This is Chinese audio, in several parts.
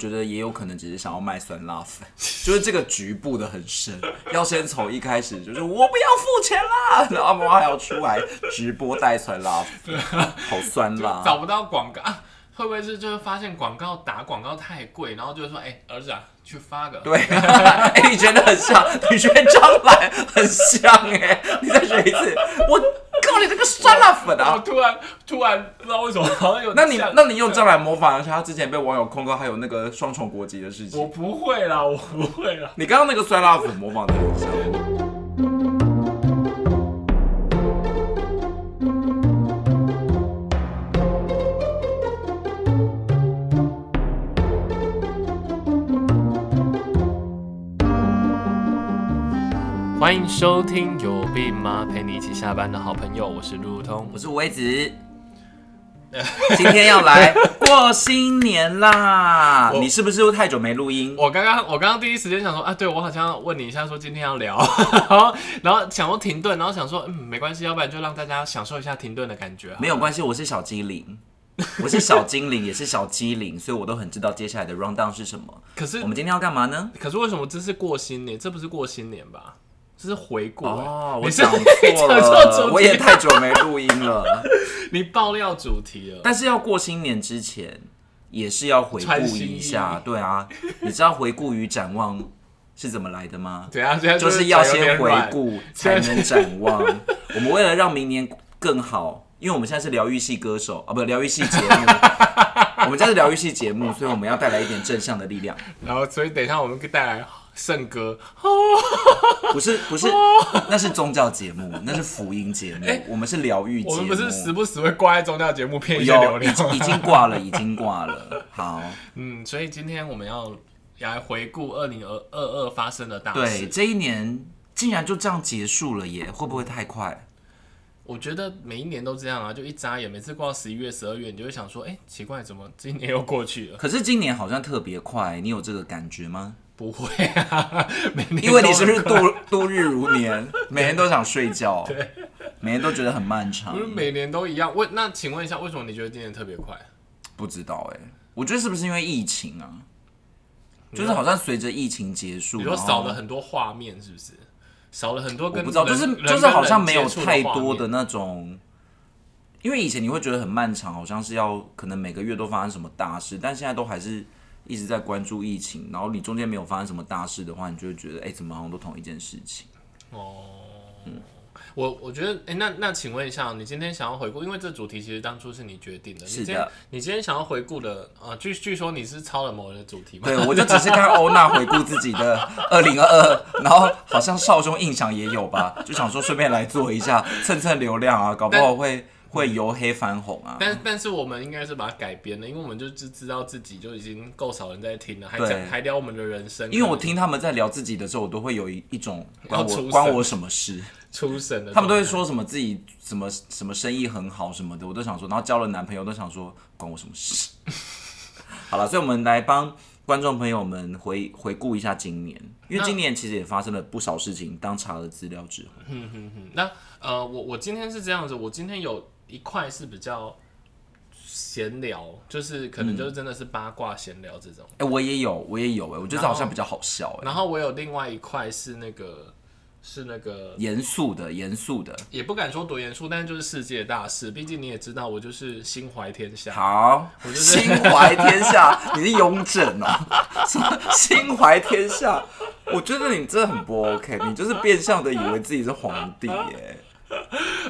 觉得也有可能只是想要卖酸辣粉， 就是这个局部的很深，要先从一开始就是我不要付钱啦，然后阿猫还要出来直播带酸辣粉，好酸啊找 辣，不到广告啊，会不会是就是发现广告打广告太贵，然后就说，哎、儿子啊，去发个，对， 哎、你觉得很像，你学张兰很像哎、你再学一次，我靠你这个酸辣粉然后 啊！突然突然不知道为什么好像有那你像那你用张兰模仿一下他之前被网友控告还有那个双重国籍的事情我，不会啦，我不会啦。你刚刚那个酸辣粉模仿的很像。欢迎收听有病吗？陪你一起下班的好朋友，我是路路通我。是吴维子，今天要来过新年啦！ 我你是不是太久没录音？我刚刚我刚刚第一时间想说啊，对我好像问你一下，说今天要聊， 然后然后想说停顿，然后想说嗯没关系，要不然就让大家享受一下停顿的感觉。啊没有关系，我是小精灵，我是小精 灵，也是小机灵，所以我都很知道接下来的 round down 是什么。可是我们今天要干嘛呢？可是为什么这是过新年？这不是过新年吧？这是回顾、欸哦，你我是讲你错讲错主了，题我也太久没录音了。你爆料主题了。但是要过新年之前，也是要回穿顾新一衣下，对啊，你知道回顾与展望是怎么来的吗？怎样？现在就是是要脚有点先回软 顾才现在能展望。我们为了让明年更好，因为我们现在是疗愈系歌手啊，不，疗愈系节目。我们这是疗愈系节目，所以我们要带来一点正向的力量，然后，所以等一下我们可以带来圣歌。不是不是，哦那是宗教节目，那是福音节目，我们是疗愈节目。哎我们不是时不时会挂在宗教节目骗一些流有已量经已经挂了，已经挂了。好， 嗯，所以今天我们要来回顾二零二二二发生的大对，事。这一年竟然就这样结束了耶，会不会太快？我觉得每一年都这样啊，就一眨眼，每次过到十一月、十二月，你就会想说，哎、奇怪，怎么今年又过去了？可是今年好像特别快，你有这个感觉吗？不会啊， 每 年因为都你是不很是度度日如 年，每天都想睡觉，每天都觉得很漫长不是。每年都一样？为那请问一下，为什么你觉得今年特别快？不知道哎、我觉得是不是因为疫情啊？就是好像随着疫情结束，你然说后少了很多画面，是不是？少了很多我跟不知道，就人是人就是跟好像人没接有触的太画多面的那种。因为以前你会觉得很漫长，好像是要可能每个月都发生什么大事，但现在都还是一直在关注疫情，然后你中间没有发生什么大事的话，你就会觉得哎、怎么好像都同一件事情。我我觉得，哎、那那请问一下，你今天想要回顾，因为这主题其实当初是你决定的。是的你今天你今天想要回顾的，啊，据据说你是抄了某人的主题嘛？对，我就只是看欧娜回顾自己的二零二二，然后好像少中印象也有吧，就想说顺便来做一下，蹭蹭流量啊，搞不好会会由黑翻红啊。但但是我们应该是把它改编了，因为我们就知知道自己就已经够少人在听了，还对讲还聊我们的人生，因为我听他们在聊自己的时候，我都会有一一种关要出我神关我什么事？出神的状态，他们都会说什么自己什么什么生意很好什么的，我都想说，然后交了男朋友都想说关我什么事？ 好了，所以我们来帮观众朋友们回回顾一下今年，因为今年其实也发生了不少事情。当查了资料之后。嗯那呃，我我今天是这样子，我今天有一块是比较闲聊，就是可嗯能就是真的是八卦闲聊这种。哎、我也有，我也有哎、我觉得这好像比较好笑哎、然后我有另外一块是那个是那个严肃的，严肃的。也不敢说多严肃，但是就是世界大事。毕竟你也知道，我就是心怀天下。好，心怀天下， 你是雍正哦、 什么心怀天下？我觉得你真的很不 OK，你就是变相的以为自己是皇帝 耶、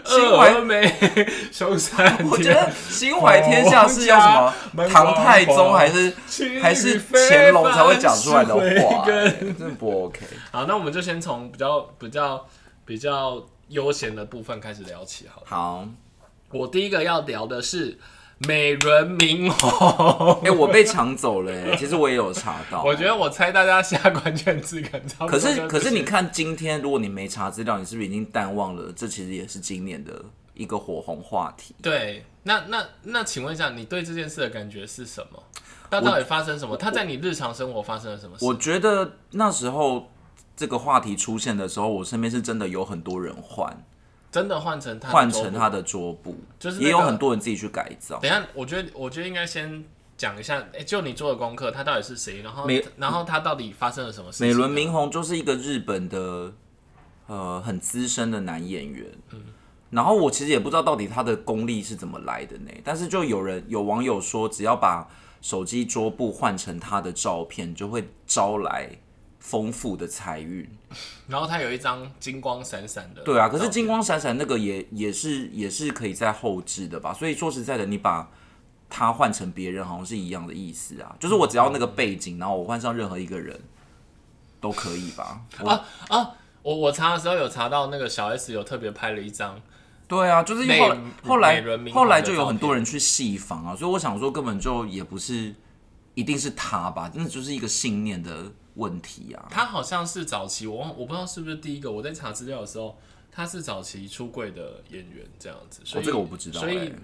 心二怀，峨眉熊山呃天，哦 啊我觉得心怀天下是要什么皇家唐太宗还是情还是与非乾隆才会讲出来的话、凡事欸慧，根真的不 OK。好，那我们就先从比较比较比较悠闲的部分开始聊起好了。好，我第一个要聊的是美轮 明宏。哎、我被抢走了、欸，其实我也有查到。 我觉得我猜大家下关键字可能差不可多就是可是你看今天，如果你没查资料，你是不是已经淡忘了？这其实也是今年的一个火红话题。对，那那那，请问一下，你对这件事的感觉是什么？那到底发生什么？他在你日常生活发生了什么事？我觉得那时候这个话题出现的时候，我身边是真的有很多人换真的换成他的换周成末他的桌布，啊就是那个也有很多人自己去改造。等一下，我觉得，我觉得应该先讲一下，哎、就你做的功课，他到底是谁？然后美然后他到底发生了什么事情？美轮明宏就是一个日本的呃很资深的男演员，然后我其实也不知道到底他的功力是怎么来的呢，但是就有人有网友说，只要把手机桌布换成他的照片，就会招来丰富的财运。然后他有一张金光闪闪嗯的照片，对啊，可是金光闪闪那个也也是也是可以在后置的吧？所以说实在的，你把它换成别人，好像是一样的意思啊。就是我只要那个背景，然后我换上任何一个人都可以吧？我啊，我我查的时候有查到那个小 S 有特别拍了一张，对啊，就是因为美后来后美轮来明后宏的来就有很多人去戏仿啊，所以我想说根本就也不是一定是他吧，真的就是一个信念的问题啊。他好像是早期我忘我不知道是不是第一个，我在查资料的时候，他是早期出柜的演员这样子，所以、哦这个我不知道所以欸。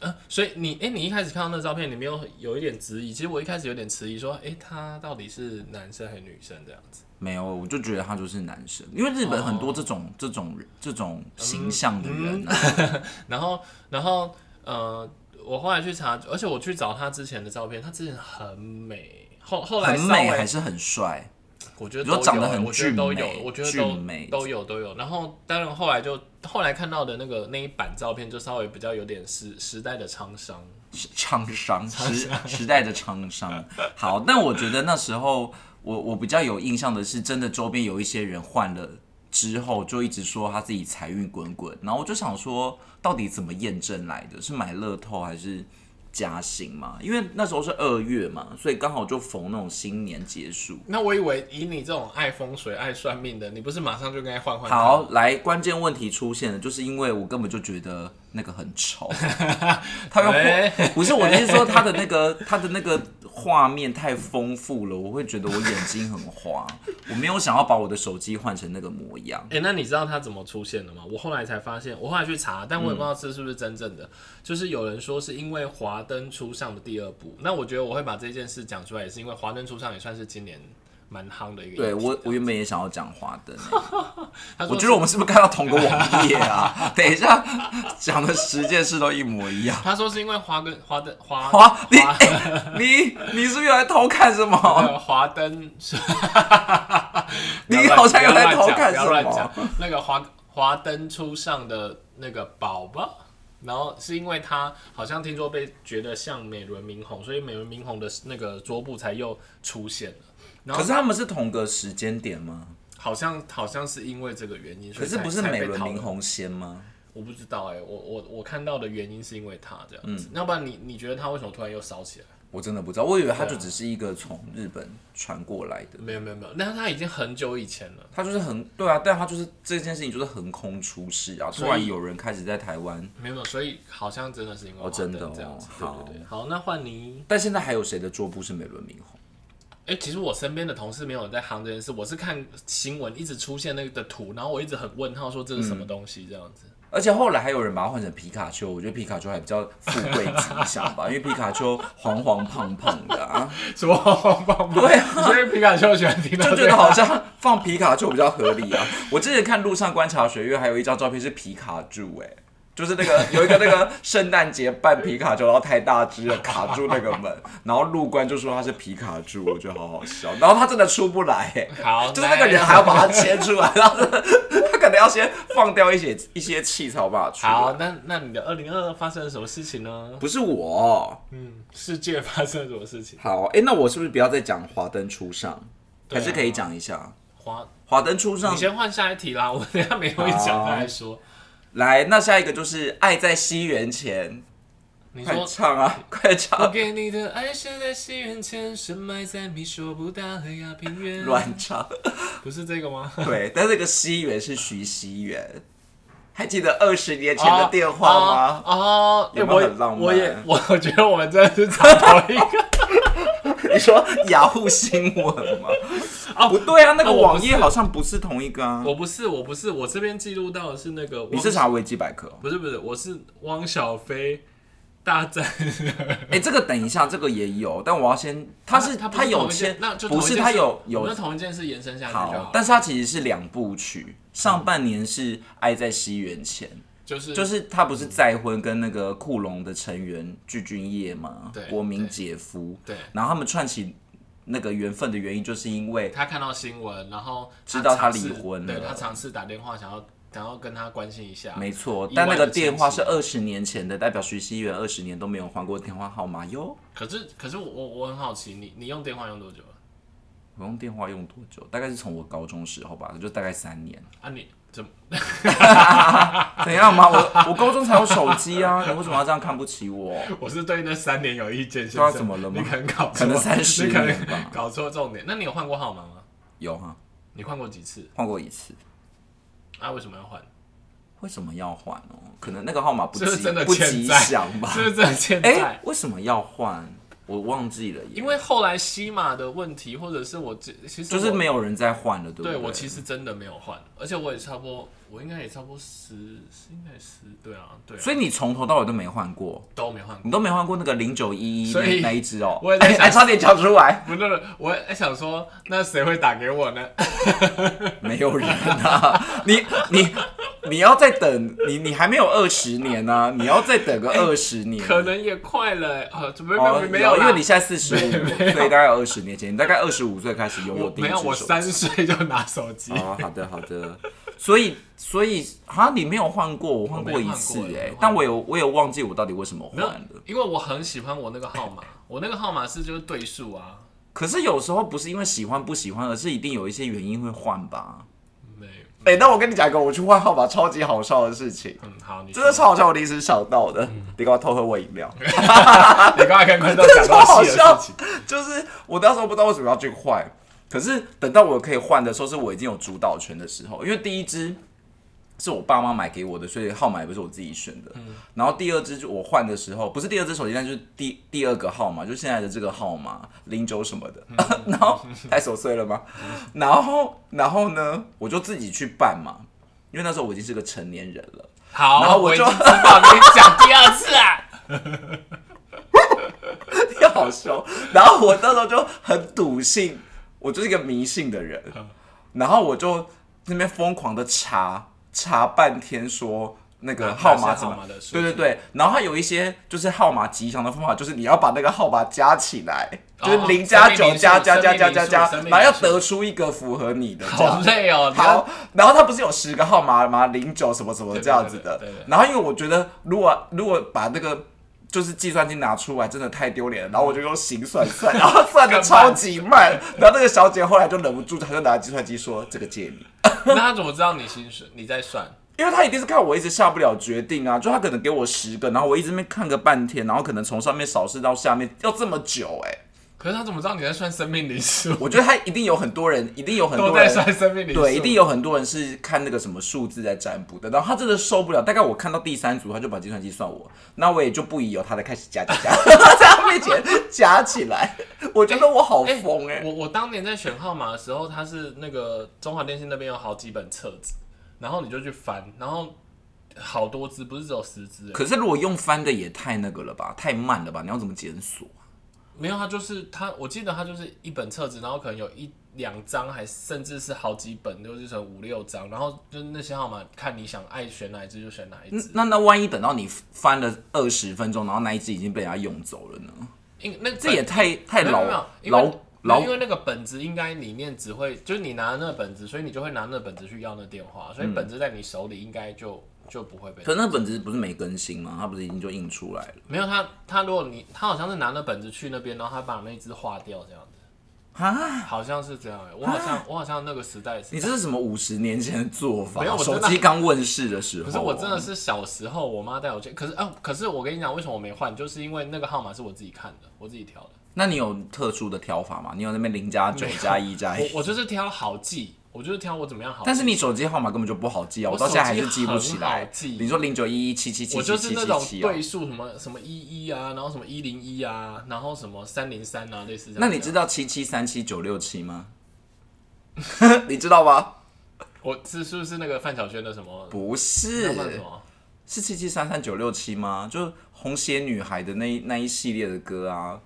呃，所以你哎、你一开始看到那照片，你没有有一点质疑？其实我一开始有点迟疑，说，哎、他到底是男生还是女生这样子？没有，我就觉得他就是男生，因为日本很多哦这种、这种这种嗯形象的人、啊然后，然后，呃，我后来去查，而且我去找他之前的照片，他之前很美，后后来很稍微美还是很帅。我觉得你说都长得有欸很我觉得都俊有美，我觉得俊美都都有都有。然后当然后来就后来看到的那个那一版照片，就稍微比较有点时时代的沧桑。沧桑，时时 代的沧桑。好，但我觉得那时候我我比较有印象的是，真的周边有一些人换了之后，就一直说他自己财运滚滚，然后我就想说，到底怎么验证来的？是买乐透还是加薪嘛？因为那时候是二月嘛，所以刚好就逢那种新年结束。那我以为以你这种爱风水、爱算命的，你不是马上就该换换？，好，来，关键问题出现了，就是因为我根本就觉得那个很 丑，他又哎不是我的意思说他的那个他的那个画面太丰富了，我会觉得我眼睛很花，我没有想要把我的手机换成那个模样。哎、那你知道他怎么出现的吗？我后来才发现，我后来去查，但我也不知道嗯这是不是真正的。就是有人说是因为《华灯初上》的第二部，那我觉得我会把这件事讲出来，也是因为《华灯初上》也算是今年蛮夯的一个。对我，我原本也想要讲华灯欸、 他说我觉得我们是不是看到同个网页 啊？等一下讲的十件事都一模一样。他说是因为华跟华灯华哇，你、欸你你是不是又来偷看什么？呃，华灯，你不要乱好像有在偷看不什要乱讲么？不要乱讲那个华华灯初上的那个宝宝，然后是因为他好像听说被觉得像美轮明宏，所以美轮明宏的那个桌布才又出现了。然可后是他们是同个时间点吗？好像好像是因为这个原因，所可以是才不是才美被轮讨明论宏先吗？我不知道哎、我我我看到的原因是因为他这样嗯子，要不然你你觉得他为什么突然又烧起来？我真的不知道，我以为啊他就只是一个从日本传过来的，没有没有没有，那他已经很久以前了。他就是横对啊，但他就是这件事情就是横空出世啊，突所以然有人开始在台湾，没有，所以好像真的是因为哦真的哦华灯这样子，好对对对。好，那换你。但现在还有谁的桌布是美轮明宏？哎、其实我身边的同事没有在行这件事，我是看新闻一直出现那个的图，然后我一直很问号，说这是什么东西这样子。而且后来还有人把它换成皮卡丘，我觉得皮卡丘还比较富贵吉祥吧，因为皮卡丘黄黄胖胖的啊， 什么棒棒棒？对、啊所以皮卡丘喜欢听到 就觉得这个。好像放皮卡丘比较合理啊。 我之前看路上观察学院还有一张照片是皮卡住、哎，就是那个有一个那个圣诞节扮皮卡丘，然后太大只了卡住那个门，然后路观就说他是皮卡住，我觉得好好笑。然后他真的出不来、 哎 好，就是那个人来还要把他牵出来，然后真的他可能要先放掉一些一些气才有办法出来。好，那那你的二零二二发生了什么事情呢？不是我，嗯，世界发生了什么事 情？好，哎、那我是不是不要再讲华灯初上？对还啊是可以讲一下华，华灯初上你先换下一题啦，我等一下没有一讲再来说。来，那下一个就是《爱在西元前你》，快说唱 啊，快我唱！给你的爱是在西元前，深埋在你说不到的亚平原。乱唱。不是这个 吗？对，但这个西元是徐熙元，还记得二十年前的电话吗？哦哦，有没有啊我很浪漫我也， 我觉得我们真的是差同一个。你说雅虎新闻吗？哦不对啊，那个哦我不网页好像不是同一个啊。我不是，我不是，我这边记录到的是那个汪， 你是查维基百科 哦？不是不是，我是汪小菲大战。 哎、这个等一下，这个也有，但我要先，他是他他有签，那就不是他有有那同一件事延伸下去就好好，。嗯但是它其实是两部曲，上半年是《爱在西元前》，就是就是他不是再婚跟那个库龙的成员具俊晔嘛，对国民姐夫，对然后他们串起那个缘分的原因，就是因为他看到新闻，然后知道他尝试离婚对了他尝试打电话想要想要跟他关心一下，没错，啊意外但的那个电话是二十年前的，代表徐熙媛二十年都没有换过电话号码哟。可是可是我我我很好奇，你你用电话用多久了我用电话用多久？大概是从我高中时候吧，就大概三 年。啊你？怎么怎样吗？我我高中才有手机啊， 你为什么要这样看不起我？我是对那三年有意见，先对啊生怎么了吗你可能搞错，可能30你可年吧能搞错重点。那你有换过号码吗？有哈、啊，你换过几次？换过一次。啊，为什么要换？为什么要换哦？可能那个号码不是不是吉真的不欠吉债祥 吧？是不是真的现在？哎、为什么要换？我忘记了耶，因为后来西马的问题，或者是我这其实就我是没有人再换了，对不对对我其实真的没有换，而且我也差不多，我应该也差不多十，应该十对啊对啊，所以你从头到尾都没换过，都没换过。你都没换过那个零九一一所以那一只哦，我也在哎想哎差点讲出来，不是，我也想说，那谁会打给我呢？没有人啊， 你你你要再等，你你还没有二十年呢、啊，你要再等个二十年。可能也快了、欸，啊，没哦没没有啦，因为你现在四十五， 所以大概二十年前，你大概二十五岁开始拥有我第一没只有，手我机三岁就拿手机，哦，好的好的， 所以所以哈，你没有换过，我换没过一换次过我没哎、换但我有我有忘记我到底为什么换没有了。，因为我很喜欢我那个号码， 我那个号码是就是对数啊，可是有时候不是因为喜欢不喜欢，而是一定有一些原因会换吧。没，哎、那我跟你讲一个我去换号码超级好笑的事情，嗯，好，你真的说超好笑，我临时想到的。嗯你给我偷喝我饮料，你刚才跟观众真讲到戏的超的好事情， 就是我那时候不知道为什么要去换，可是等到我可以换的时候，是我已经有主导权的时候，因为第一支。是我爸妈买给我的，所以号码也不是我自己选的。然后第二支就我换的时候，不是第二只手机，但就是第第二个号码，就是现在的这个号码零九什么的。 然后太琐碎了吗？然后然后呢，我就自己去办嘛，因为那时候我已经是个成年人了。好，然后我我就已经知道你讲第二 次啊， 也好凶。然后我那时候就很笃信，我就是一个迷信的人，嗯然后我就那边疯狂的查查半天说。那个哪号码怎哪些号么码的？数字对对对，然后它有一些就是号码吉祥的方法，就是你要把那个号码加起来，哦就是零加生命九灵数加加加加加加生命灵，数然后要得出一个符合你的。这样好累哦，你要好，然后他不是有十个号码吗？零九什么什么这样子的对对对对对。然后因为我觉得，如果如果把那个就是计算机拿出来，真的太丢脸了。然后我就用心 算算，然后算的超级慢。然后那个小姐后来就忍不住，她就拿计算机说：“这个借你。 那他怎么知道你薪水？你在算？”因为她一定是看我一直下不了决定啊，就她可能给我十个，然后我一直没看个半天，然后可能从上面扫视到下面要这么久哎、可是他怎么知道你在算生命灵数？我觉得她一定有很多人，一定有很都多在人算生命灵数，对，一定有很多人是看那个什么数字在占卜的，然后他真的受不了。大概我看到第三组，他就把计算机算我，那我也就不疑有他的开始加加加， 在他面前加起来，我觉得我好疯哎、我我当年在选号码的时候，它是那个中华电信那边有好几本册子，然后你就去翻，然后好多只，不是只有十只、欸，可是如果用翻的也太那个了吧，太慢了吧？你要怎么检索？啊没有，它就是它，我记得它就是一本册子，然后可能有一两张，还甚至是好几本，就是成五六张，然后就是那些号码，看你想爱选哪一只就选哪一只。那那万一等到你翻了二十分钟，然后那一只已经被人家用走了呢？因那这也太太没有老没有因为老没有老因为那个本子应该里面只会就是你拿那个本子，所以你就会拿那个本子去要那电话，所以本子在你手里应该就就不会被可那本子不是没更新吗？它不是已经就印出来了？没有他，他如果你他好像是拿那本子去那边，然后他把那只划掉这样子，啊，好像是这样、欸。我好像、我好像那个时代是，你这是什么五十年前的做法？没有我手真的机刚问世的时候。可是我真的是小时候我妈带我去，可是啊、可是我跟你讲，为什么我没换，就是因为那个号码是我自己看的，我自己挑的，那你有特殊的挑法吗？你有那边零加九加一加一，我我就是挑好记，我就是挑我怎么样好记，但是你手机号码根本就不好记啊！我我到现在还是记不起手来。机很好记你说零九一一七七啊七我七就是七那种七七对数什么什么一一啊，然后什么一零一啊，然后什么三零三啊，类似这样。那你知道七七三七九六七吗？ 你知道吗？我是是不是那个范晓萱的什么？不那个什是，么？是七七三三九六七吗？就是红鞋女孩的那一那一系列的歌啊，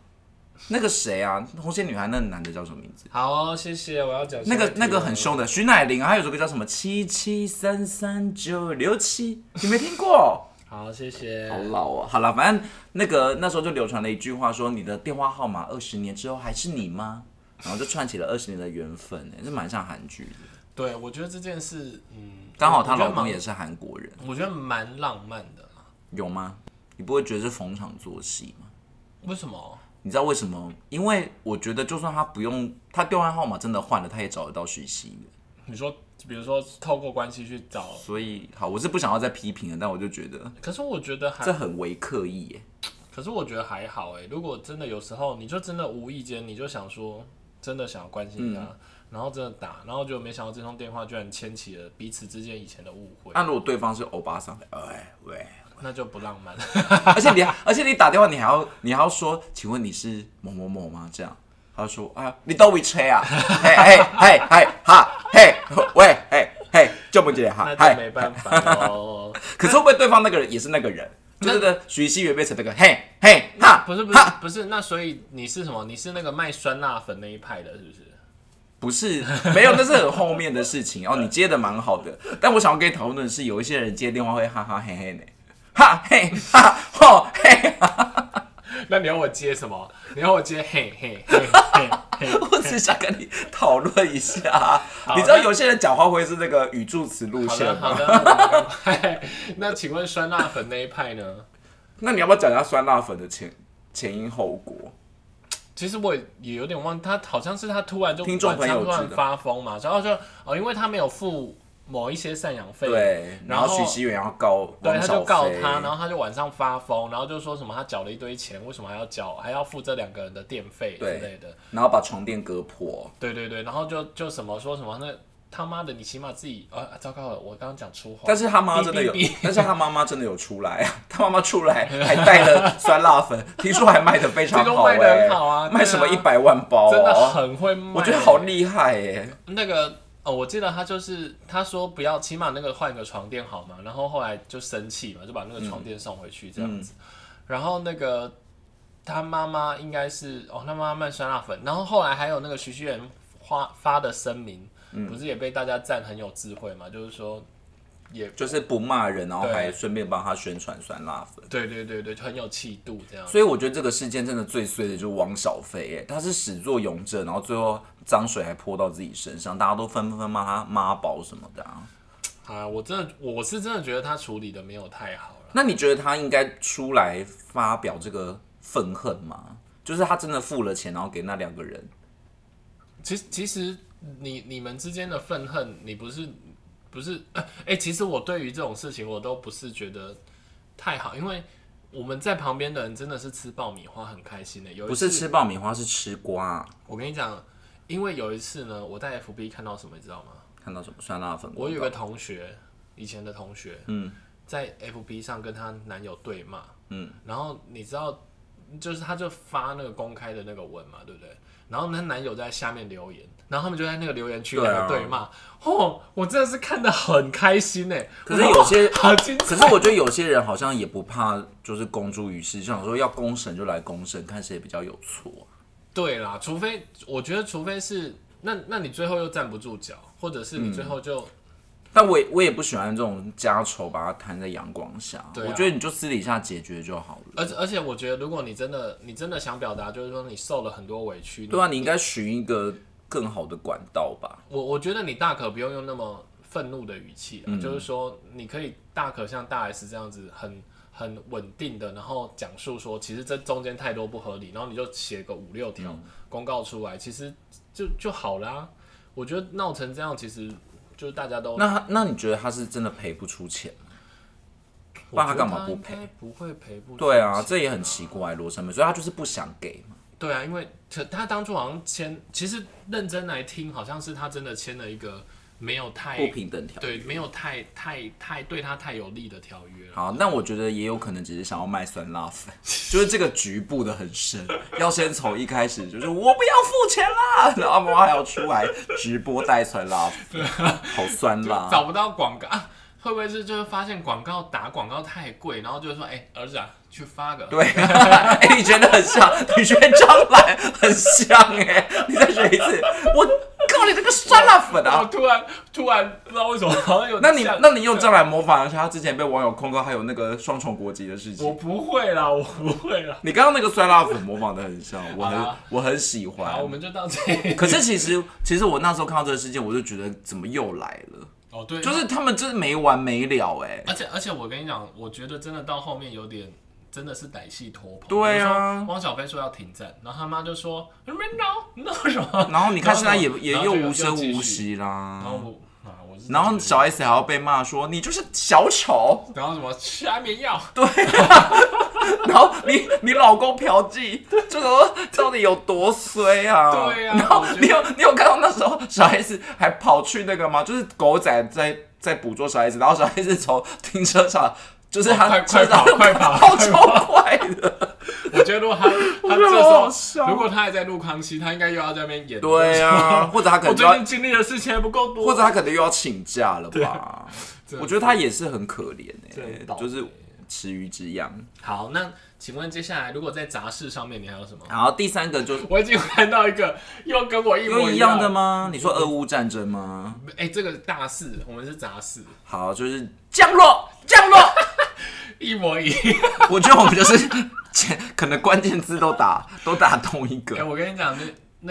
那个谁啊，红线女孩那个男的叫什么名字？好，谢谢，我要讲那下个一题那个了很凶的徐乃麟啊，他有首歌叫什么七七三三九六七，你没听过？好，谢 谢。好老啊！好了，反正那个那时候就流传了一句话说，你的电话号码二十年之后还是你吗？然后就串起了二十年的缘分、欸，这蛮像韩剧的。对，我觉得这件事，嗯，刚好我她觉得老公蛮也是韩国人，我觉得蛮浪漫的啦。有吗？你不会觉得是逢场作戏吗？为什么？你知道为什么？因为我觉得就算他不用，他电话号码真的换了，他也找得到讯息的。你说，比如说透过关系去找，所以好，我是不想要再批评了，但我就觉得可是我觉得还这很为刻意、欸。可是我觉得还好哎、如果真的有时候你就真的无意间你就想说真的想要关心他，嗯然后真的打，然后就没想到这通电话居然牵起了彼此之间以前的误会，那、如果对方是欧巴桑，哎喂，那就不浪漫。而且你 而且你打电话，你还要你还要说，请问你是某某某吗？这样，他就说啊，你都会吹 啊，嘿嘿嘿嘿哈嘿喂嘿嘿，就不接哈那就没嘿。办法 哦。可是会不会对方那个人也是那个人？就是那个许熙媛变成那个嘿嘿哈，不是不是哈不是，那所以你是什么？你是那个卖酸辣粉那一派的，是不是？不是没有，那是很后面的事情哦。你接的蛮好的，但我想要跟你讨论的是，有一些人接电话会哈哈嘿嘿呢，哈嘿哈吼嘿，那你要我接什么？你要我接嘿嘿嘿嘿嘿。 我只想跟你讨论一下。你知道有些人讲话会是那个语助词路好线的好吗？的， 我们赶快那请问酸辣粉那一派呢？那你要不要讲一下酸辣粉的前前因后果？其实我也有点忘，他好像是他突然就听众朋友晚上突知然道发疯嘛，然后就哦，因为他没有付某一些赡养费，对，然然后许熙媛要告对王他小就告飞他，然后他就晚上发疯，然后就说什么他缴了一堆钱，为什么还要缴，还要付这两个人的电费之对类的，然后把床垫割破，对对对，然后就就什么说什么那他妈的，你起码自己啊，糟糕了，我刚刚讲粗话，但是他妈真的有哔哔哔，但是他妈妈真的有出来啊！ 他妈妈出来还带了酸辣 粉，听说还卖的非常听好、说欸，卖得很好啊对卖啊什么一百万包、哦，真的很会卖，我觉得好厉害哎、那个哦，我记得他就是他说不要，起码那个换个床垫好吗？然后后来就生气嘛，就把那个床垫送回去这样子。然后那个他妈妈应该是哦，他妈妈卖酸辣粉。然后后来还有那个徐熙媛发发的声明，不是也被大家赞很有智慧嘛？就是说也就是不骂人，然后对还顺便帮他宣传酸辣粉。对对对对，就很有气度这样。所以我觉得这个事件真的最衰的就是汪小菲、欸，他是始作俑者，然后最后脏水还泼到自己身上，大家都纷纷骂他妈宝什么的、啊。啊，我真的我是真的觉得他处理的没有太好了。那你觉得他应该出来发表这个愤恨吗？就是他真的付了钱，然后给那两个人，其实其实你你们之间的愤恨，你不是不是 哎、诶其实我对于这种事情我都不是觉得太好，因为我们在旁边的人真的是吃爆米花很开心的、有一不是次吃爆米花，是吃瓜、我跟你讲，因为有一次呢，我在 FB 看到什么，你知道吗？看到什么酸辣粉？我有个同学，以前的同学，嗯，在 FB 上跟她男友对骂，嗯，然后你知道，就是她就发那个公开的那个文嘛，对不对？然后她男友在下面留言，然后他们就在那个留言区对啊两个对骂，哦，我真的是看得很开心哎，可是有些哇好精可彩，是我觉得有些人好像也不怕，就是公诸于世，就想说要公审就来公审，看谁比较有错啊、对啦，除非我觉得，除非是那那你最后又站不住脚，或者嗯是你最后就、但我也我也不喜欢这种家丑把它摊在阳光下，对啊我觉得你就私底下解决就好了。而且而且我觉得，如果你真的你真的想表达，就是说你受了很多委屈，你对啊，你应该寻一个更好的管道吧。我我觉得你大可不用用那么愤怒的语气、啊，嗯就是说你可以大可像大 S 这样子很很稳定的，然后讲述说其实这中间太多不合理，然后你就写个五六嗯条公告出来，其实就就好啦。我觉得闹成这样，其实就是大家都，那他那你觉得他是真的赔不出钱吗？不然他干嘛不赔？赔？不会赔不出对啊，钱这也很奇怪，罗生门，所以他就是不想给嘛。对啊，因为他他当初好像签，其实认真来听，好像是他真的签了一个没有太不平等条。哎对没有太太太对他太有利的条约了。好，那我觉得也有可能只是想要卖酸辣粉， 就是这个局部的很深，要先从一开始就是我不要付钱啦，然后阿妈还要出来直播带酸辣粉，好酸辣。啊 找不到广告啊。会不会是就是发现广告打广告太贵，然后就说，哎、儿子啊，去发个。对， 哎、你觉得很像， 你觉得张兰很像哎、你再学一次，我靠你这个酸辣粉然后啊！突然突然不知道为什么好像有那你像那你用张兰模仿，而且他之前被网友控告还有那个双重国籍的事我情。不会啦，我不会啦。你刚刚那个酸辣粉模仿的很像，我很好啦我很喜欢好，。我们就到这里。可是其实其实我那时候看到这个事件，我就觉得怎么又来了， 哦，对，就是他们真是没完没了哎、而且而且我跟你讲，我觉得真的到后面有点真的是歹戏拖棚。对啊比如说汪小菲说要停战，然后他妈就说 no no 什么， 然后你看现在也也 然后又就无声继续无息啦然，后我啊我是然后小 S 还要被骂说你就是小丑，然后什么吃安眠药， 然后你你老公嫖妓，这个到底有多衰啊？对啊然后我觉得你有你有看到那时候小 S 还跑去那个吗？就是狗仔在在捕捉小 S，然后小 S 从停车场。就是他、哦快车上 快跑快跑跑超快 的，我觉 得如果他他觉得这好好时笑候如果他还在录康熙，他应该又要在那边演。对啊，或者他可我能就最要近，经历的事情还不够多，或者他可能又要请假了吧？啊真的我觉得他也是很可怜哎、真倒霉就是池鱼之殃。好。那请问接下来如果在杂事上面，你还有什么？然后第三个就是我已经看到一个又跟我一模有一样样的。吗？你说俄乌战争吗？哎、这个大事，我们是杂事，好，就是降落，降落。一模一样。我觉得我们就是 前可能关键字都打都打同一哎、个。我跟你讲，那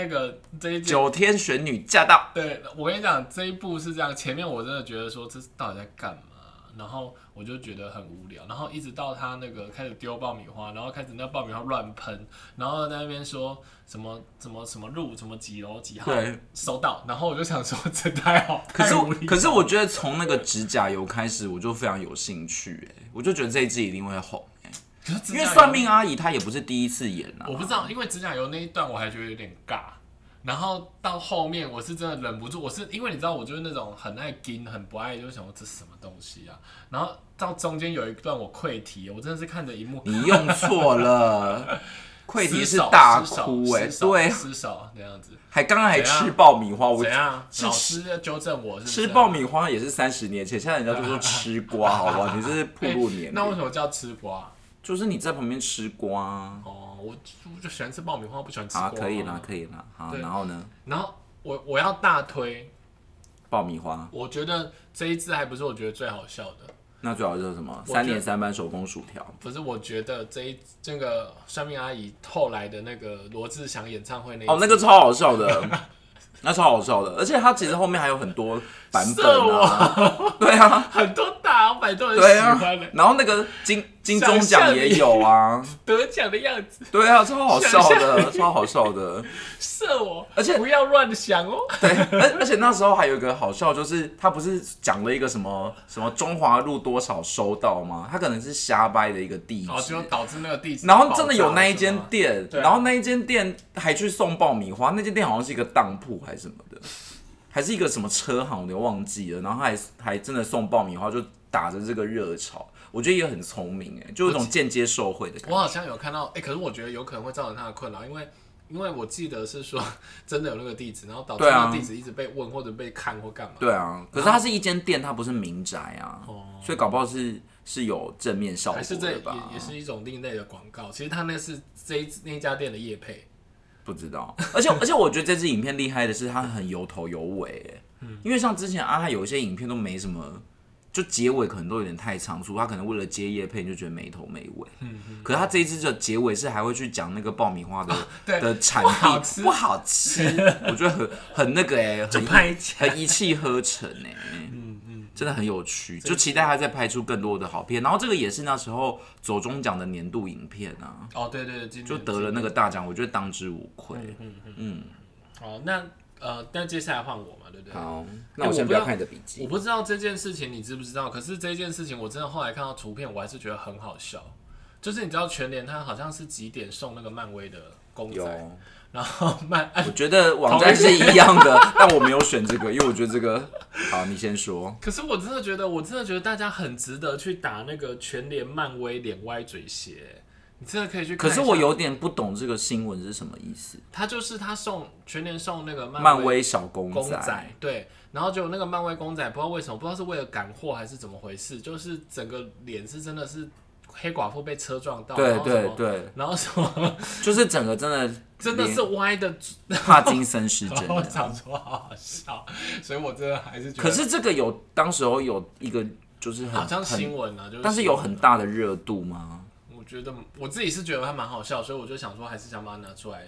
那个这一集，九天玄女驾到，对我跟你讲，这一部是这样，前面我真的觉得说这是到底在干嘛，然后我就觉得很无聊，然后一直到他那个开始丢爆米花，然后开始那爆米花乱喷，然后在那边说什么什么什么路什么几楼几号对收到，然后我就想说这太好，可是太我无聊可是我觉得从那个指甲油开始，我就非常有兴趣、哎，我就觉得这一季一定会红、哎可是指因甲为油算命阿姨她也不是第一次演啊我。不知道，因为指甲油那一段我还觉得有点尬，然后到后面我是真的忍不住，我是因为你知道，我就是那种很爱盯，很不爱，就是想说这什么东西啊。然后到中间有一段我溃堤，我真的是看着一幕，你用错 了，溃失堤是手大失手哭哎、失手对，啊失手这样子，还刚刚还怎样吃爆米花，我怎样？是老师要纠正我是不吃是爆米花也是三十年前，现在人家就说吃瓜，好不好？你这是暴哎露年 那为龄，什么叫吃瓜？就是你在旁边吃瓜啊。哦，我我就喜欢吃爆米花，不喜欢吃瓜、啊，可以啦，。可以啦。好，哦对然后呢？然后我我要大推，爆米花，我觉得这一支还不是我觉得最好笑的。那最好就是什么？我觉得三年三班手工薯条。不是，我觉得这一这个算命阿姨后来的那个罗志祥演唱会那一哦，那次个超好笑 的，那超好笑的。而且它其实后面还有很多版本啊。 对啊，很多大老板都很对喜啊欢的。然后那个金金钟奖也有啊。得奖的样子，对啊，超好笑想的，超好笑的。射我，而且不要乱想哦。对，而而且那时候还有一个好笑，就是他不是讲了一个什么什么中华路多少收到吗？他可能是瞎掰的一个地址。然后哦就导致那个地址，然后真的有那一间，店，对啊然后那一间店还去送爆米花，那间店好像是一个当铺还是什么的，还是一个什么车行，我有点忘记了。然后还还真的送爆米花，就打着这个热潮，我觉得也很聪明哎，就有一种间接受贿的感我觉。好像有看到，哎、可是我觉得有可能会造成他的困扰，因为因为我记得是说 真的有那个地址，然后导致对啊那个地址一直被问或者被看或干嘛。对啊，可是它是一间店，它不是民宅啊，哦所以搞不好是是有正面效果还是这的也吧？也是一种另类的广告，其实他那是这一那一家店的业配，不知道，而且而 且我觉得这支影片厉害的是它很有头有尾，嗯，因为像之前阿汉有一些影片都没什么，就结尾可能都有点太仓促，他可能为了接叶配你就觉得没头没尾， 嗯哦可是他这一支的结尾是还会去讲那个爆米花的、对的产不好地吃不好 吃，我觉得很很那个哎、就很拍起很一气呵成哎、嗯嗯，真的很有趣，就期待他再拍出更多的好片，然后这个也是那时候走中奖的年度影片啊，哦，对对对，今就年得了那个大奖，我觉得当之无愧。好，那呃，那接下来换我嘛，对不对？好，那哎我先不要看你的笔记。我不知道这件事情你知不知道，可是这件事情我真的后来看到图片，我还是觉得很好笑。就是你知道全联它好像是几点送那个漫威的公有，仔，然后漫、啊我觉得网站是一样的， 但我没有选这个，因为我觉得这个好，你先说。 可是我真的觉得，我真的觉得大家很值得去打那个全联漫威脸歪嘴斜。你真的可以去看可一下。是我有点不懂这个新闻是什么意思。他就是他送全年送那个漫威威小公公仔，对，然后就那个漫威公仔，不知道为什么，不知道是为了赶货还是怎么回事，就是整个脸是真的是黑寡妇被车撞到，对然后哦什对么，对，然后什么就是整个真的 真的是歪的，连 帕金森失真然后的。想说好好笑，所以我真的还是觉得可是这个有当时候有一个就是很好像很，新闻啊，就是但是有很大的热度吗？我觉得我自己是觉得还蛮好笑，所以我就想说还是想把它拿出来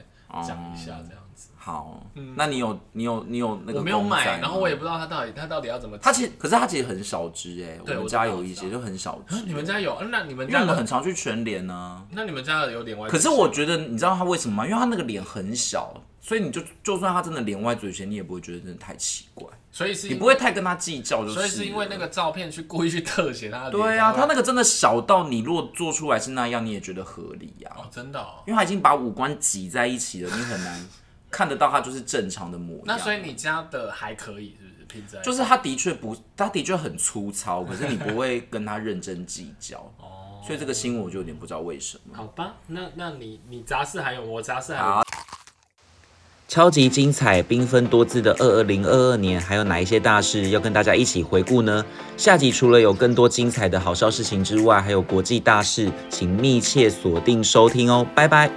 讲一下这样子。好，那你有你有你有那个嗯我没有嗯公仔买，吗然后我也不知道它到底它到底要怎么。它其实可是它其实很少只哎，对们我家知道有一我些知就很少只，你们家有？呃那你们因为家我们的很常去全联呢。那你们家的有点歪可是我觉得你知道他为什么吗？因为他那个脸很小，所以你就就算他真的脸歪嘴斜，你也不会觉得真的太奇怪，所以是你因不会太跟他计较，就是所以是因为那了个照片去故意去特写他的脸。对啊，他才会那个真的小到你如果做出来是那样，你也觉得合理呀、哦，真的哦。因为他已经把五官挤在一起了，你很难 看得到他就是正常的模样。那所以你家的还可以是不是？拼在就是他的确不，他的确很粗糙，可是你不会跟他认真计 较。哦，所以这个新闻我就有点不知道为什么。好吧？那那你你杂事还有我杂事还有好超级精彩、缤纷多姿的二二零二二年，还有哪一些大事要跟大家一起回顾呢？下集除了有更多精彩的好笑事情之外，还有国际大事，请密切锁定收听哦，拜拜。